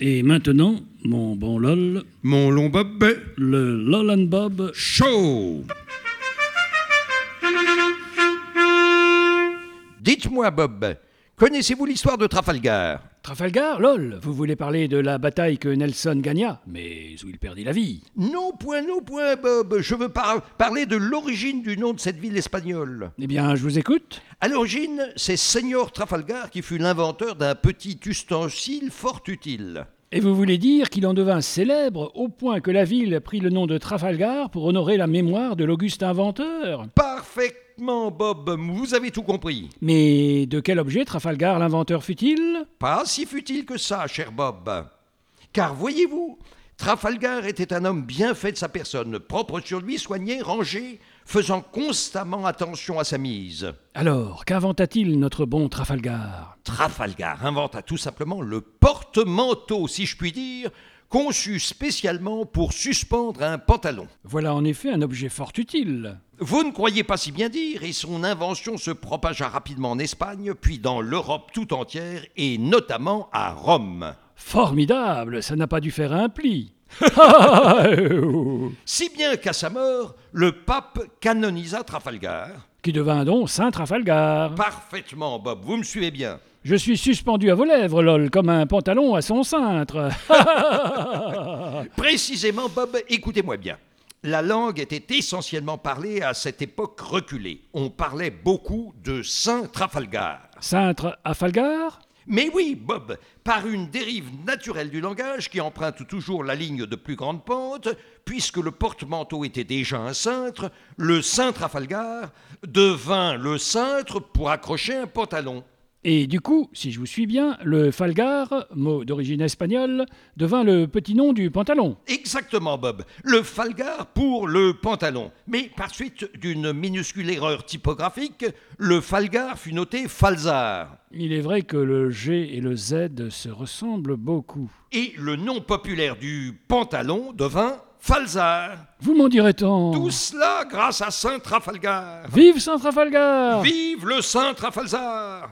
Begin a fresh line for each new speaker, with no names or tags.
Et maintenant, mon bon LOL,
Mon long bob
le LOL and Bob.
chaud.
Dites-moi, Bob, connaissez-vous l'histoire de Trafalgar
Trafalgar, LOL, vous voulez parler de la bataille que Nelson gagna, mais où il perdit la vie.
Non, point, non, point, Bob. Je veux par- parler de l'origine du nom de cette ville espagnole.
Eh bien, je vous écoute.
À l'origine, c'est Seigneur Trafalgar qui fut l'inventeur d'un petit ustensile fort utile.
Et vous voulez dire qu'il en devint célèbre au point que la ville prit le nom de Trafalgar pour honorer la mémoire de l'auguste inventeur
Parfaitement, Bob, vous avez tout compris.
Mais de quel objet Trafalgar l'inventeur fut-il
Pas si futile que ça, cher Bob. Car voyez-vous, Trafalgar était un homme bien fait de sa personne, propre sur lui, soigné, rangé, faisant constamment attention à sa mise.
Alors, qu'inventa-t-il notre bon Trafalgar
Trafalgar inventa tout simplement le porte-manteau, si je puis dire, conçu spécialement pour suspendre un pantalon.
Voilà en effet un objet fort utile.
Vous ne croyez pas si bien dire, et son invention se propagea rapidement en Espagne, puis dans l'Europe tout entière, et notamment à Rome.
Formidable, ça n'a pas dû faire un pli. oh.
Si bien qu'à sa mort, le pape canonisa Trafalgar.
Qui devint donc Saint Trafalgar.
Parfaitement, Bob, vous me suivez bien.
Je suis suspendu à vos lèvres, lol, comme un pantalon à son cintre.
Précisément, Bob, écoutez-moi bien. La langue était essentiellement parlée à cette époque reculée. On parlait beaucoup de Saint Trafalgar.
cintre à Falgar
Mais oui, Bob, par une dérive naturelle du langage qui emprunte toujours la ligne de plus grande pente, puisque le porte-manteau était déjà un cintre, le Saint Trafalgar devint le cintre pour accrocher un pantalon.
Et du coup, si je vous suis bien, le Falgar, mot d'origine espagnole, devint le petit nom du pantalon.
Exactement, Bob. Le falgar pour le pantalon. Mais par suite d'une minuscule erreur typographique, le falgar fut noté falzar.
Il est vrai que le G et le Z se ressemblent beaucoup.
Et le nom populaire du pantalon devint falzar.
Vous m'en direz tant
Tout cela grâce à Saint Trafalgar.
Ah. Vive Saint Trafalgar
Vive le Saint Trafalgar